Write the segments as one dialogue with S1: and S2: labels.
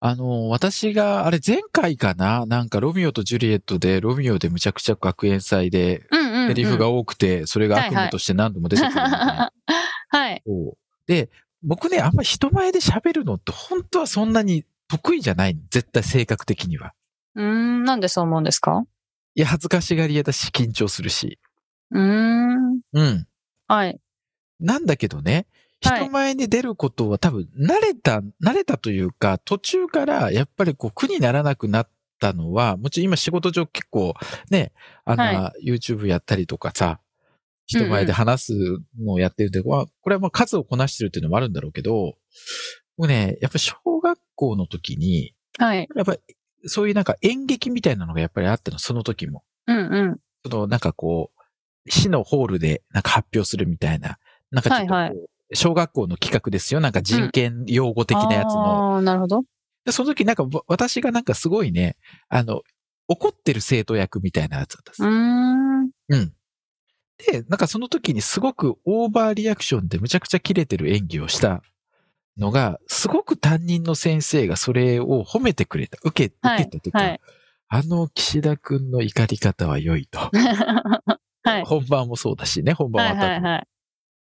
S1: あの、私が、あれ、前回かななんか、ロミオとジュリエットで、ロミオでむちゃくちゃ学園祭で、
S2: うんうん、
S1: セリフが多くて、それが悪夢として何度も出てくるみたいな。
S2: はい
S1: そうで、僕ね、あんま人前で喋るのって、本当はそんなに得意じゃないの。絶対性格的には。
S2: うーんなんでそう思うんですか
S1: いや、恥ずかしがり屋だし、緊張するし。
S2: うーん
S1: うん。
S2: はい
S1: なんだけどね、
S2: はい
S1: 人前に出ることは多分慣れた、慣れたというか、途中からやっぱりこう苦にならなくなったのは、もちろん今仕事上結構ね、あの、
S2: は
S1: YouTube やったりとかさ、人前で話すのをやってるんで、まあこれはまあ数をこなしてるっていうのもあるんだろうけど、僕ね、やっぱ小学校の時に、
S2: はい
S1: やっぱりそういうなんか演劇みたいなのがやっぱりあっての、その時も。
S2: うんうん
S1: そのなんかこう、市のホールでなんか発表するみたいな、なんかちょっとこう、
S2: はいは
S1: 小学校の企画ですよ。なんか人権用語的なやつの。
S2: あーなるほど
S1: で、その時なんかわ私がなんかすごいね、あの、怒ってる生徒役みたいなやつだった
S2: うん
S1: で
S2: ーん
S1: す。うん。で、なんかその時にすごくオーバーリアクションでむちゃくちゃキレてる演技をしたのが、すごく担任の先生がそれを褒めてくれた。受け、受けたというか、
S2: はい
S1: あの岸田くんの怒り方は良いと。
S2: はい
S1: 本番もそうだしね、本番
S2: は
S1: 終わ
S2: い
S1: った後
S2: はいはい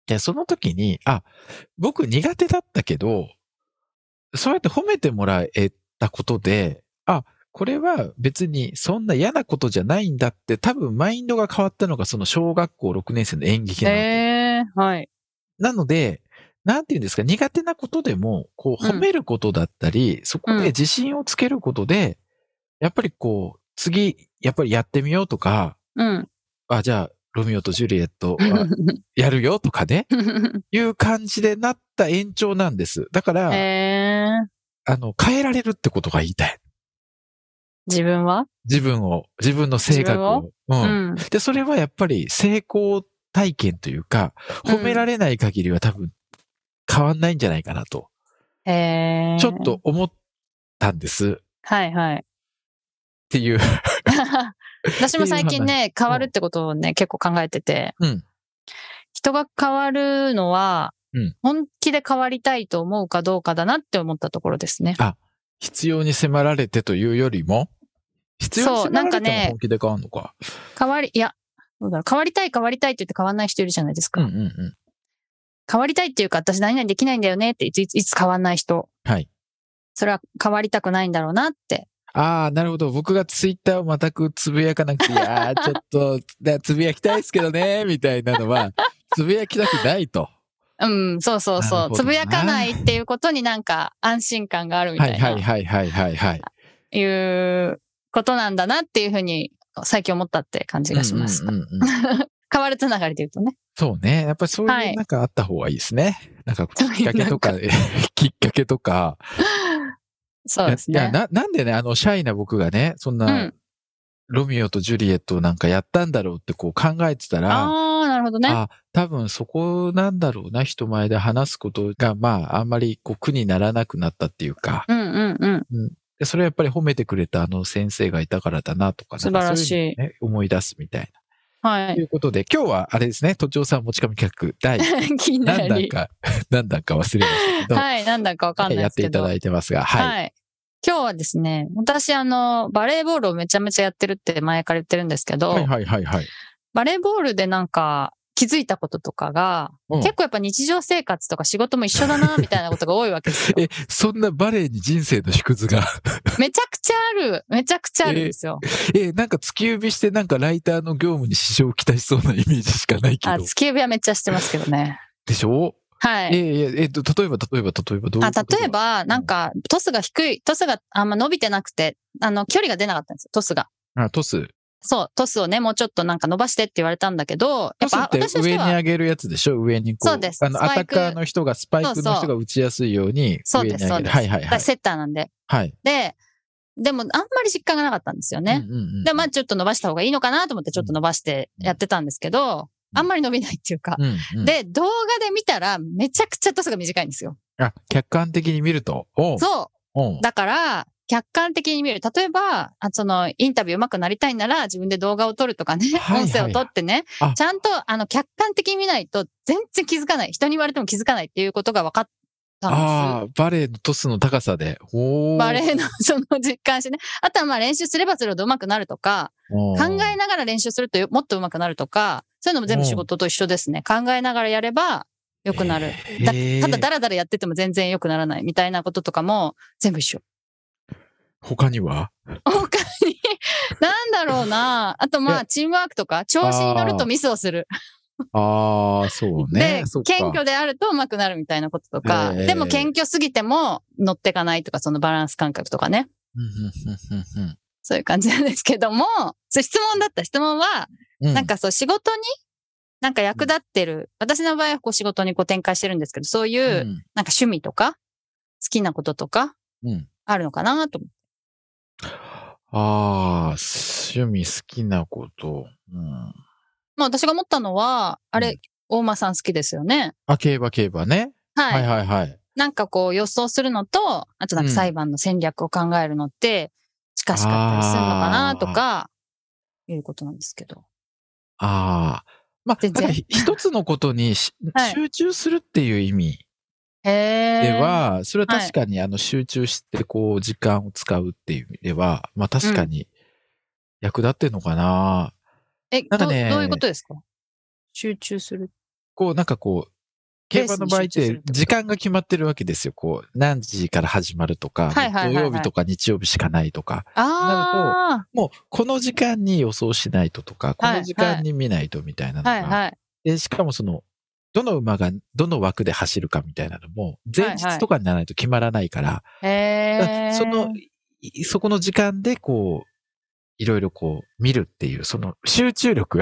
S1: で、その時に、あ、僕苦手だったけど、そうやって褒めてもらえたことで、あ、これは別にそんな嫌なことじゃないんだって、多分マインドが変わったのがその小学校6年生の演劇なので、
S2: えー、はい
S1: なので、なんていうんですか、苦手なことでも、こう
S2: うん
S1: 褒めることだったり、そこ
S2: うん
S1: で自信をつけることで、やっぱりこう、次、やっぱりやってみようとか、
S2: うん
S1: あ、じゃあ、ロミオとジュリエットはやるよとかね、いう感じでなった延長なんです。だ から、
S2: えー、
S1: あの、変えられるってことが言いたい。
S2: 自分は、
S1: 自分を、自分の性格を。うん、
S2: うん、
S1: で、それはやっぱり成功体験というか、褒められない限りは多分変わんないんじゃないかなと、
S2: えー、
S1: ちょっと思ったんです。っ
S2: はいはい
S1: ていう。
S2: 私も最近ね変わるってことをね結構考えてて
S1: うん。
S2: 人が変わるのは、
S1: うん
S2: 本気で変わりたいと思うかどうかだなって思ったところですね。
S1: 必要に迫られてというよりも、必要に迫られ
S2: そうなんかね
S1: ても本気で変わるのか。
S2: 変わり、いや、どうだろう変わりたい変わりたいって言って変わんない人いるじゃないです
S1: う
S2: か。
S1: んうんうん。
S2: 変わりたいっていうか私何々できないんだよねっていついついつ変わんない人。
S1: はい。
S2: それは変わりたくないんだろうなって。
S1: ああ、なるほど。僕がツイッターを全くつぶやかな くて、いやー、ちょっと、だつぶやきたいですけどね、みたいなの は、つぶやきたくないと。
S2: うん、そうそう
S1: な
S2: そ
S1: る
S2: う。
S1: ほど
S2: つ
S1: な
S2: ぶやかないっていうことになんか安心感があるみ
S1: は
S2: た
S1: い
S2: い
S1: はい
S2: な、
S1: はいはいはいはい。
S2: いうことなんだなっていうふうに最近思ったって感じがしました。
S1: うんうんうんうん
S2: 変わるつながりで言うとね。
S1: そうね。やっぱりそう
S2: はいいう
S1: なんかあった方がいいですね。なんかき
S2: そう
S1: っ
S2: いう
S1: かけとか、 きっかけとか。
S2: そうです
S1: いや、
S2: ね。
S1: な、なんでね、あの、シャイな僕がね、そん
S2: う
S1: な、
S2: ん。
S1: ロミオとジュリエットをなんかやったんだろうってこう考えてたら、
S2: ああ、なるほどね。
S1: あ、多分そこなんだろうな、人前で話すことが、まあ、あんまりこう苦にならなくなったっていうか、
S2: うんうんうん。
S1: でそれはやっぱり褒めてくれたあの先生がいたからだなとか、
S2: 素晴らしい
S1: なんかそううのをね思い出すみたい
S2: は
S1: な。
S2: い
S1: と。いうことで、今日はあれですね、都庁さん持ち込み企画、第
S2: 気にな
S1: 何段
S2: り。
S1: か、 何段か忘れましたけど、
S2: はい、なんだかわかんない
S1: や
S2: で
S1: っ
S2: す
S1: て
S2: け
S1: いた
S2: ど。
S1: だいてますが、はい。
S2: はい。今日はですね、私、あの、バレーボールをめちゃめちゃやってるって前から言ってるんですけど、
S1: はいはいはいはい。
S2: バレーボールでなんか気づいたこととかが、
S1: うん
S2: 結構やっぱ日常生活とか仕事も一緒だな、みたいなことが多いわけ ですよ。
S1: え、そんなバレエに人生の縮図が、
S2: めちゃくちゃある、めちゃくちゃあるんですよ。
S1: え、なんか突き指してなんかライターの業務に支障をきたしそうなイメージしかないけ
S2: あ、
S1: ど。
S2: 突き指はめっちゃしてますけどね。
S1: でしょ
S2: はい。
S1: えええええっと、例えば、例えば、例えば、どういう
S2: あ
S1: こと
S2: 例え、ば、なんか、トスが低い、トスがあんま伸びてなくて、あの、距離が出なかったんですよ、トスが。
S1: あトス。
S2: そう、トスをね、もうちょっとなんか伸ばしてって言われたんだけど、や
S1: ト
S2: っ
S1: ス
S2: ぱ
S1: って
S2: 私として
S1: 上に
S2: は、
S1: 上げるやつでしょ上にこう。
S2: そうです
S1: あの、
S2: ス
S1: ア
S2: パ
S1: タッ
S2: イク
S1: カーの人が、スパイクの人が打ちやすいように、
S2: そう
S1: 上
S2: で
S1: に上
S2: す、
S1: げ
S2: そう
S1: る。
S2: です。
S1: はいはいはい
S2: 私。セッターなんで。
S1: はい。
S2: で、でもあんまり実感がなかったんですよね。
S1: うんうんうん
S2: で、まあちょっと伸ばした方がいいのかなと思ってちょっと伸ばしてやってたんですけど、
S1: うん
S2: あんまり伸びないっていうか。
S1: うんうん、
S2: で、動画で見たらめちゃくちゃトスが短いんですよ。
S1: あ、客観的に見ると。おう
S2: そ
S1: おう
S2: う。だから、客観的に見る。例えば、あその、インタビュー上手くなりたいなら、自分で動画を撮るとかね、
S1: はいはい
S2: 音声を撮ってね
S1: あ、
S2: ちゃんと、あの、客観的に見ないと、全然気づかない。人に言われても気づかないっていうことが分かったんで
S1: ああ、バレエのトスの高さで。
S2: す。
S1: おー
S2: バレエのその実感してね。あとはまあ練習すればするほど上手くなるとか、
S1: おー
S2: 考えながら練習するとよもっと上手くなるとか、そういうのも全部仕事と一緒ですね。考えながらやれば良くなる。だ
S1: へー
S2: ただだらだらやってても全然良くならないみたいなこととかも全部一緒。
S1: 他には
S2: 他に、なんだろうな。あとま
S1: え
S2: あ、チームワークとか、調子に乗るとミスをする。
S1: ああ、そうね。
S2: で
S1: そっ、か
S2: 謙虚であると上手くなるみたいなこととか、
S1: ええ
S2: でも謙虚すぎても乗ってかないとか、そのバランス感覚とかね。
S1: うんうんうんうん
S2: そういう感じなんですけども、そう質問だった質問は、
S1: うん
S2: なんかそう、仕事に、なんか役立ってる。私の場合はこう仕事にこう展開してるんですけど、そういうう、なん
S1: ん
S2: か趣味とか、好きなこととか
S1: うん、
S2: あるのかなと思って。
S1: ああ、趣味好きなこと。うん、
S2: まあ私が思ったのは、あ
S1: う
S2: れ、大間さん好きですよね。
S1: あ、競馬競馬ね。
S2: はい
S1: はいはいはい。
S2: なんかこう予想するのと、あとなんか
S1: うん
S2: 裁判の戦略を考えるのって、近しかったりするのかなとか、いうことなんですけど。
S1: ああ。まあ、
S2: 全然
S1: なんかひ一つのことにし
S2: はい
S1: 集中するっていう意味
S2: へえ。
S1: では、それは確かにあの集中してこう時間を使うっていう意味では、まあ確かに役立ってんのかな。
S2: え、
S1: なんか
S2: ど
S1: ね
S2: どういうことですか集中する。
S1: こうなんかこう、競馬の場合っ
S2: レースに集中するって
S1: て
S2: こと
S1: 時間が決まってるわけですよ。こう、何時から始まると
S2: は
S1: か、
S2: いはいはいはい
S1: 土曜日とか日曜日しかないとか、
S2: あ
S1: もうこの時間に予想しないととか、こ
S2: はい
S1: の時間に見ないとみたいなの
S2: あ、
S1: が、
S2: はいはい。
S1: でしかもその、どの馬がどの枠で走るかみたいなのも、前
S2: はいは
S1: 日
S2: い
S1: とかにならないと決まらないから、
S2: へ
S1: だか
S2: え。
S1: らその、、いそこの時間でこう、いろいろこう見るっていう、その集中力。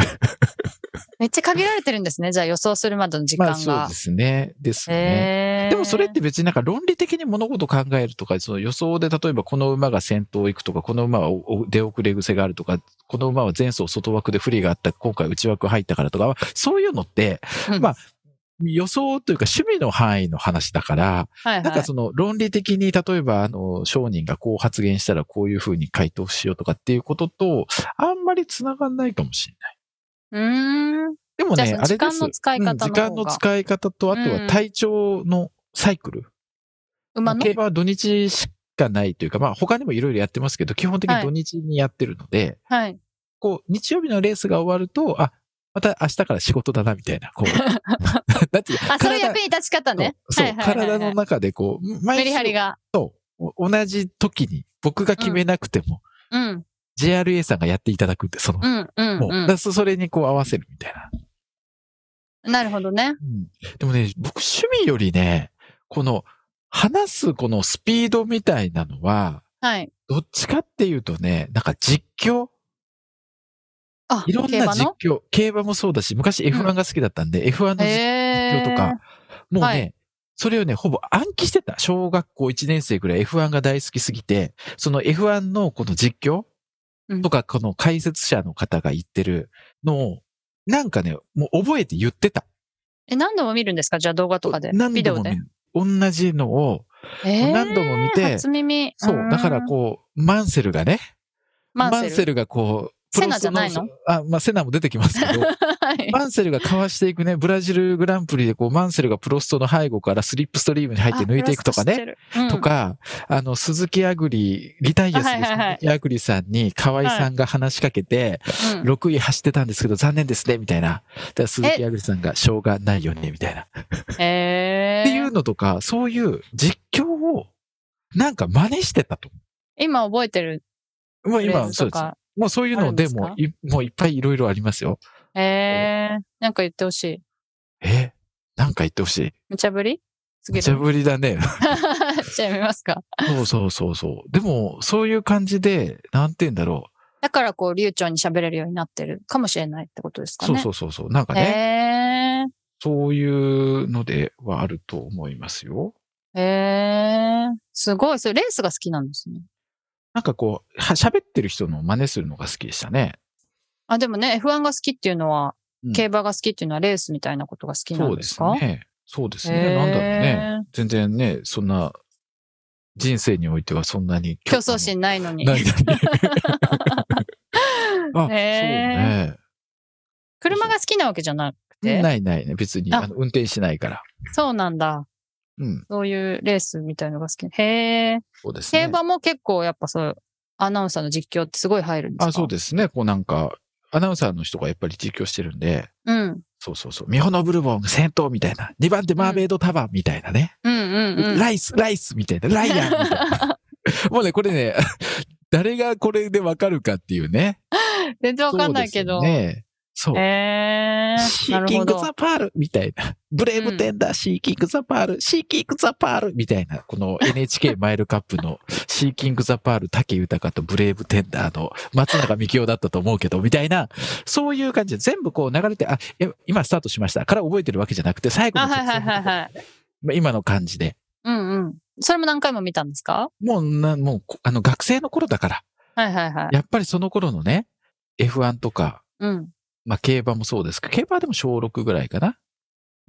S2: めっちゃ限られてるんですね。じゃあ予想するまでの時
S1: ま
S2: 間
S1: あそう
S2: が
S1: で。すね。ですね。
S2: へえ。
S1: でもそれっ、て別になんか論理的に物事を考えるとか、その予想で例えばこの馬が先頭行くとか、この馬はおお出遅れ癖があるとか、この馬は前走外枠で不利があった、今回内枠入ったからとか、そういうのって、
S2: うん
S1: まあ、予想というか趣味の範囲の話だから、
S2: はい
S1: なん
S2: は
S1: か
S2: い。
S1: その論理的に例えばあの商人がこう発言したらこういうふうに回答しようとかっていうことと、あんまり繋がんないかもしれない。
S2: うーん。
S1: でも
S2: じゃあ
S1: ね、
S2: その
S1: あれ
S2: 時
S1: で
S2: 間
S1: す。
S2: の使い方
S1: う
S2: の
S1: ん時
S2: 方が
S1: 間の使い方と、あと
S2: う
S1: は
S2: ん
S1: 体調のサイクル。
S2: 馬の
S1: 競馬は土日しかないというか、まあ他にもいろいろやってますけど、基本的に土日にやってるので、
S2: はい。
S1: こう、日曜日のレースが終わると、あ、また明日から仕事だな、みたいな。こ う。なんていうか
S2: あ、そういう
S1: 体
S2: 役に立ち方ね。
S1: そう、
S2: はいはいはいはい
S1: 体の中でこう、毎
S2: メリハリが。
S1: お同じ時に僕が決めなくても、
S2: うん。
S1: JRA さんがやっていただくんで、その、
S2: うん。うん。
S1: もう、
S2: う
S1: だ
S2: ん
S1: からそそれにこう合わせるみたいな、
S2: なるほどね。
S1: でもね、僕趣味よりね、この話すこのスピードみたいなのは、
S2: はい。
S1: どっちかっていうとね、なんか実況
S2: あ、
S1: いろん
S2: 競
S1: な
S2: 馬
S1: 実
S2: の
S1: 況競馬もそうだし、昔 F1 が好きだったんで、F1 の実
S2: へ
S1: 況
S2: ー
S1: とか、もうね、
S2: はい
S1: それをね、ほぼ暗記してた。小学校1年生くらい F1 が大好きすぎて、その F1 のこの実況
S2: うん
S1: とか、この解説者の方が言ってるのを、なんかね、もう覚えて言ってた。
S2: え、何度も見るんですかじゃあ動画とかで。
S1: 何
S2: ビデ
S1: 度
S2: オ
S1: も
S2: で。
S1: ね、同じのを
S2: え
S1: 何度も見て
S2: 初耳。
S1: そう、だからこう、マンセルがね、
S2: マンセル
S1: がこう、
S2: セナじゃないの
S1: プロスあ、まあ、セナも出てきますけど、
S2: うん。 はい
S1: マンセルがかわしていくね、ブラジルグランプリでこう、マンセルがプロストの背後からスリップストリームに入って抜いていくとかね、。
S2: あ
S1: と。か、あの、鈴木アグリ、リタイアする
S2: はいはいはい
S1: 鈴木アグリさんに河合さんが話しかけて、
S2: プロストしてる
S1: 6位走ってたんですけど残念ですね、みたいな。だから鈴木アグリさんがしょうがないよね、みたいな。っ
S2: うんえ
S1: てい
S2: ー
S1: うのとか、そういう実況を、なんか真似してたと。
S2: 今覚えてる
S1: もう
S2: フレー
S1: 今、
S2: ズ
S1: そう
S2: と
S1: です。
S2: か。
S1: もうそういうので
S2: ある
S1: も
S2: ん
S1: い、もういっぱいいろいろありますよ。
S2: えー、なんか言ってほしい。
S1: えなんか言ってほしい。
S2: 無茶ぶりすげ
S1: 無
S2: え。
S1: 茶ぶりだね。
S2: じゃあやめますか。
S1: そうそうそうそう。でも、そういう感じで、なんて言うんだろう。
S2: だからこう流暢に喋れるようになってるかもしれないってことですかね。
S1: そうそうそうそう。なんかね、
S2: へ
S1: そういうのではあると思いますよ。
S2: え。へえ。すごい。それレースが好きなんですね。
S1: なんかこう、は喋ってる人の真似するのが好きでしたね。
S2: あ、でもね、F1 が好きっていうのは、
S1: うん
S2: 競馬が好きっていうのはレースみたいなことが好きな
S1: そ
S2: ん
S1: う
S2: で
S1: ですす
S2: か
S1: ね。そうです
S2: へ
S1: ね。
S2: ー
S1: なんだろうね。全然ね、そんな、人生においてはそんなに
S2: 競争心ないのに。
S1: な いのに。あ、そう
S2: へ
S1: ね。
S2: 車が好きなわけじゃなくて。
S1: ないないね。別に、
S2: あ
S1: あの運転しないから。
S2: そうなんだ。
S1: うん。
S2: そういうレースみたいのが好き。へえ。
S1: そうです
S2: 競
S1: ね。
S2: 馬も結構やっぱそう、アナウンサーの実況ってすごい入るんですか
S1: あ、そうですね。こうなんか、アナウンサーの人がやっぱり実況してるんで、
S2: うん。
S1: そうそうそう。ミホノブルボン先頭みたいな。2番手マーメイドタワーみたいなね。
S2: うんうんうん。
S1: ライス、ライスみたいな。ライアンみたい な。もうね、これね、誰がこれでわかるかっていうね。
S2: 全然わかんないけど。
S1: そうですよね。そう。
S2: へえ
S1: シ
S2: な
S1: ー
S2: る
S1: キン
S2: ほ
S1: グ
S2: ど。
S1: ザパールみたいな。ブレイブテンダー、シーキングザパール、シーキングザパールみたいな、この NHK マイルカップの シーキングザパール、竹豊とブレイブテンダーの松永幹雄だったと思うけど、みたいな、そういう感じで全部こう流れて、あ、え今スタートしましたから覚えてるわけじゃなくて、最後
S2: あ、
S1: の
S2: はいはいはい
S1: 直
S2: はい。
S1: 線今の感じで。
S2: うんうん。それも何回も見たんですか
S1: もうな、もう、こあの学生の頃だから、
S2: はいはいはい。
S1: やっぱりその頃のね、F1 とか、
S2: うん。
S1: まあ、競馬もそうですけど、競馬はでも小6ぐらいかな。うん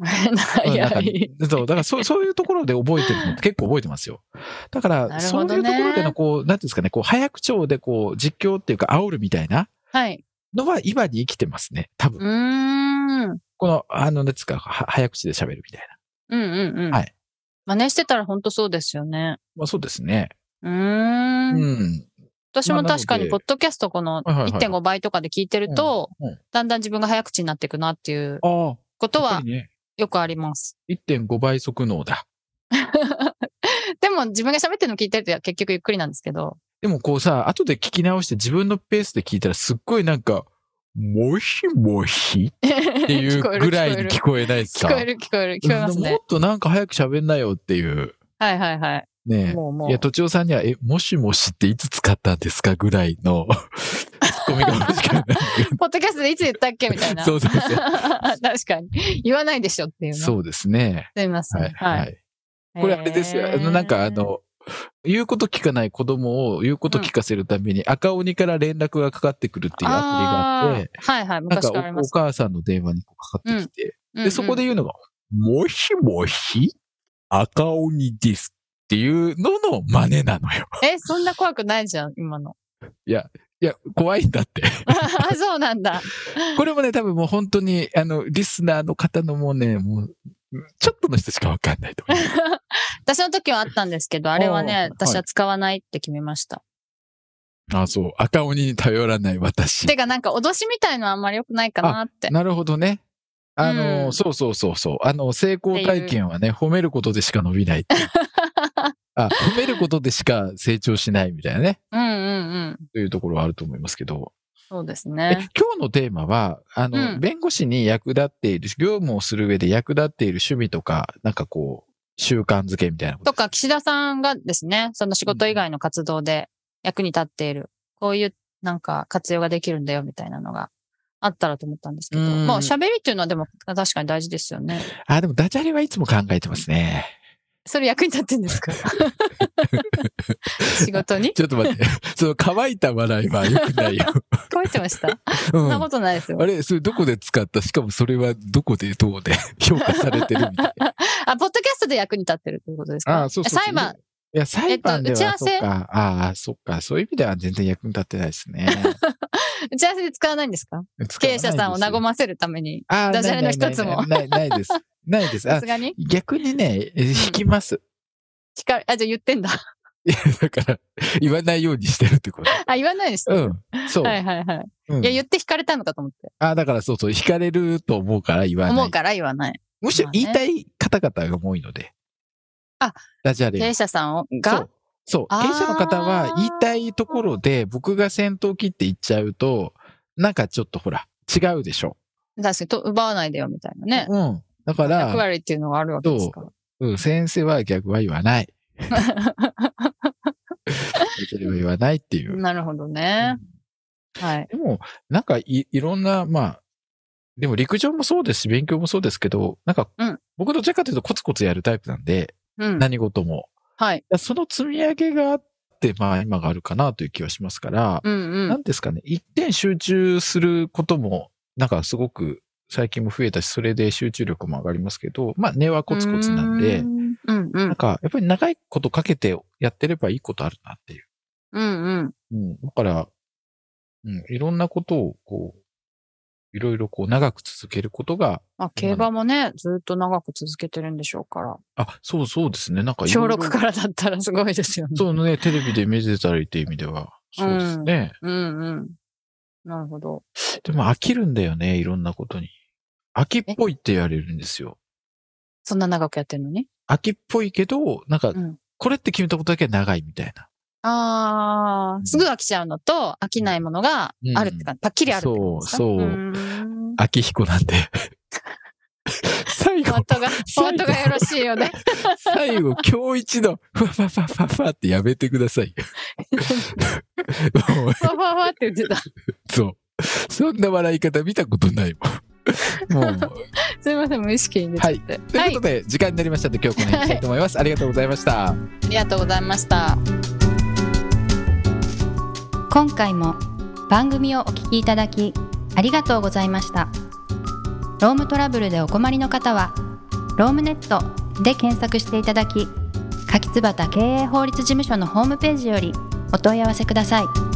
S1: なん
S2: 早
S1: か
S2: い。
S1: そう、だからそうそういうところで覚えてるのって結構覚えてますよ。だから、
S2: なる
S1: そ
S2: ほ
S1: う
S2: ど
S1: いう
S2: ね
S1: ところでの、こう、なんていうんですかね、こう、早口調でこう、実況っていうか、煽るみたいな
S2: はい。
S1: のは今に生きてますね。多分。
S2: うーん。うん
S1: この、あの、なんていうんですか、は早口で喋るみたいな。
S2: うんうん。
S1: はい。
S2: 真似してたら本当そうですよね。
S1: まあそうですね。
S2: うー。
S1: うんん。
S2: 私も確かに、
S1: ま
S2: ポ
S1: あなので
S2: ッドキャストこの
S1: はいはいはい
S2: 1.5倍とかで聞いてると
S1: うんうん、
S2: だんだん自分が早口になっていくなっていう
S1: あ
S2: こと
S1: あ。やっ
S2: は
S1: ぱりね、
S2: よくあります。
S1: 1.5倍速能だ。
S2: でも自分が喋ってるの聞いてると結局ゆっくりなんですけど。
S1: でもこうさ、後で聞き直して自分のペースで聞いたら、すっごいなんか、もひもひっていうぐらいに聞
S2: 聞
S1: こえないですか
S2: こえる 聞こえる聞こえる聞こえます
S1: も
S2: ね
S1: っ。となんか早く喋んなよっていう。
S2: はいはいは
S1: ね
S2: い。もうも
S1: いや、
S2: う。
S1: とちおさんには、え、もしもしっていつ使ったんですかぐらいの、 ツッコミが欲しくない。
S2: ポッドキャストでいつ言ったっけみたいな。
S1: そうそうそう
S2: 確かに。 言わないでしょっていうね。
S1: そうですね。
S2: すみません。
S1: はい、はい。これあれですよ。
S2: へ
S1: あ
S2: ー
S1: の、なんかあ、の、言うこと聞かない子供を言うこと聞かせるために赤鬼から連絡がかかってくるっていうアプリがあって、
S2: あーはいはい、
S1: なん
S2: 昔
S1: か
S2: からあり
S1: おお
S2: ます。
S1: 母さんの電話にこうかかってきて、
S2: うんうん
S1: で、そこで、言うのが、もひもひ赤鬼ですっていうのの真似なのよ。
S2: え、そんな怖くないじゃん、今の。
S1: いや、怖いんだって。
S2: あそうなんだ。
S1: これもね、多分もう本当に、あの、リスナーの方のもうね、もう、ちょっとの人しかわかんないと思う。
S2: 私の時はあったんですけど、あれは
S1: あーは
S2: ね、
S1: い
S2: 私は使わないって決めました。
S1: あ、そう。赤鬼に頼らない私。
S2: てか、なんか脅しみたいのはあんまり良くないかなって。
S1: なるほどね。あの、
S2: うん
S1: そうそうそうそう。あの、成功体験はね、褒めることでしか伸びないっていう あ、褒めることでしか成長しないみたいなね、
S2: うんうんうん。
S1: というところはあると思いますけど。
S2: そうです
S1: え
S2: ね。
S1: 今日のテーマは、あの、
S2: うん
S1: 弁護士に役立っている、業務をする上で役立っている趣味とか、なんかこう、習慣づけみたいなこと
S2: とか、岸田さんがですね、その仕事以外の活動で役に立っている、こういうなんか活用ができるんだよみたいなのがあったらと思ったんですけど、
S1: うん
S2: まあ喋りっていうのはでも確かに大事ですよね。
S1: あ、でもダジャレはいつも考えてますね。
S2: それ役に立ってんです か仕事に
S1: ちょっと待って。 その乾いた笑いは良くないよ。
S2: 覚えてました。
S1: う
S2: そん
S1: ん
S2: なことないですよ
S1: あ。れ、それどこで使ったしかもそれはどこでどうで 評価されてるみ たいな。
S2: あ、ポッドキャストで役に立ってるということですか
S1: あそうそうそう
S2: 裁判、
S1: いや、裁判で
S2: えっと打ち合わせ
S1: は、そっか。ああ、そっか。そういう意味では全然役に立ってないですね。
S2: 打ち合わせで使わないんですか
S1: 使
S2: 経
S1: わない
S2: 営
S1: です
S2: 者さんを和ませるために。
S1: あー
S2: ダジャレの
S1: ないない
S2: 一つも
S1: ないないないです。ないです。
S2: さ
S1: あ
S2: すがに
S1: 逆にね、え引きます。
S2: 力、あ、じゃあ言ってんだ。
S1: だから、言わないようにしてるっ てこと。
S2: あ、言わないです。
S1: うん。そう。
S2: はいはいはい。
S1: うん
S2: いや、言って惹かれたのかと思って。
S1: ああ、だからそうそう、引かれると思うから言わない。
S2: 思うから言わない。
S1: むしろ言いたい方々が多いので。
S2: あ、
S1: ダジャレ
S2: 経
S1: が
S2: 営。者さんを
S1: そ
S2: が
S1: う。そう。
S2: あー
S1: 経営者の方は言いたいところで、僕が先頭切って言っちゃうと、なんかちょっとほら、違うでしょ。
S2: 確かにと奪わないでよみたいなね。
S1: うん。だか
S2: 役
S1: ら、
S2: 割っていうのがあるわけですから。
S1: うん、先生は逆は言 わない。逆は言わないっていう。
S2: なるほどね。はい。
S1: でも、なんかい、いろんな、まあ、でも陸上もそうですし、勉強もそうですけど、なんか
S2: うん、
S1: 僕どちらかというとコツコツやるタイプなんで、
S2: うん。
S1: 何事も。
S2: はい。
S1: その積み上げがあって、まあ今があるかなという気はしますから、
S2: うんう。
S1: なんんですかね、一点集中することも、なんかすごく最近も増えたし、それで集中力も上がりますけど、まあ根はコツコツなんで
S2: う、んう
S1: なん
S2: ん。
S1: かやっぱり長いことかけてやってればいいことあるなっていう。
S2: うんうん。
S1: うん。だから、うん、いろんなことをこう、いろいろこう長く続けることが、
S2: まあ、競馬もね、ずっと長く続けてるんでしょうから。
S1: あ、そうそうですね、なんかい
S2: 小
S1: ろいろ
S2: 6からだったらすごいですよね。
S1: そうね、テレビで見てたりっていう意味では、そうですね。
S2: うんうん。なるほど。
S1: でも飽きるんだよね、いろんなことに。飽きっぽいって言われるんですよ。
S2: そんな長くやってるのに
S1: 飽きっぽいけど、なんか
S2: うん、
S1: これって決めたことだけは長いみたいな。
S2: あ
S1: う
S2: あ、
S1: ん
S2: すぐ飽きちゃうのと、飽きないものがあるって感じ、パッキリあるって感じですか。
S1: そうそう
S2: う。
S1: 秋彦なんで。最後
S2: 本、当が、
S1: 最
S2: 本
S1: 後
S2: 当がよろしいよね。
S1: 最後、今日一の、ふわふわふわふわふわってやめてくださいよ。もう
S2: ふわふわふわって言ってた。
S1: そう。そんな笑い方見たことないもん。もう、
S2: すいません、無意識に出ちゃって。
S1: ということで、時間になりましたので、今日はこの辺にしたいと思います。ありがとうございました。
S2: ありがとうございました。
S3: 今回も番組をお聞きいただきありがとうございましたロームトラブルでお困りの方は「ロームネット」で検索していただき柿椿経営法律事務所のホームページよりお問い合わせください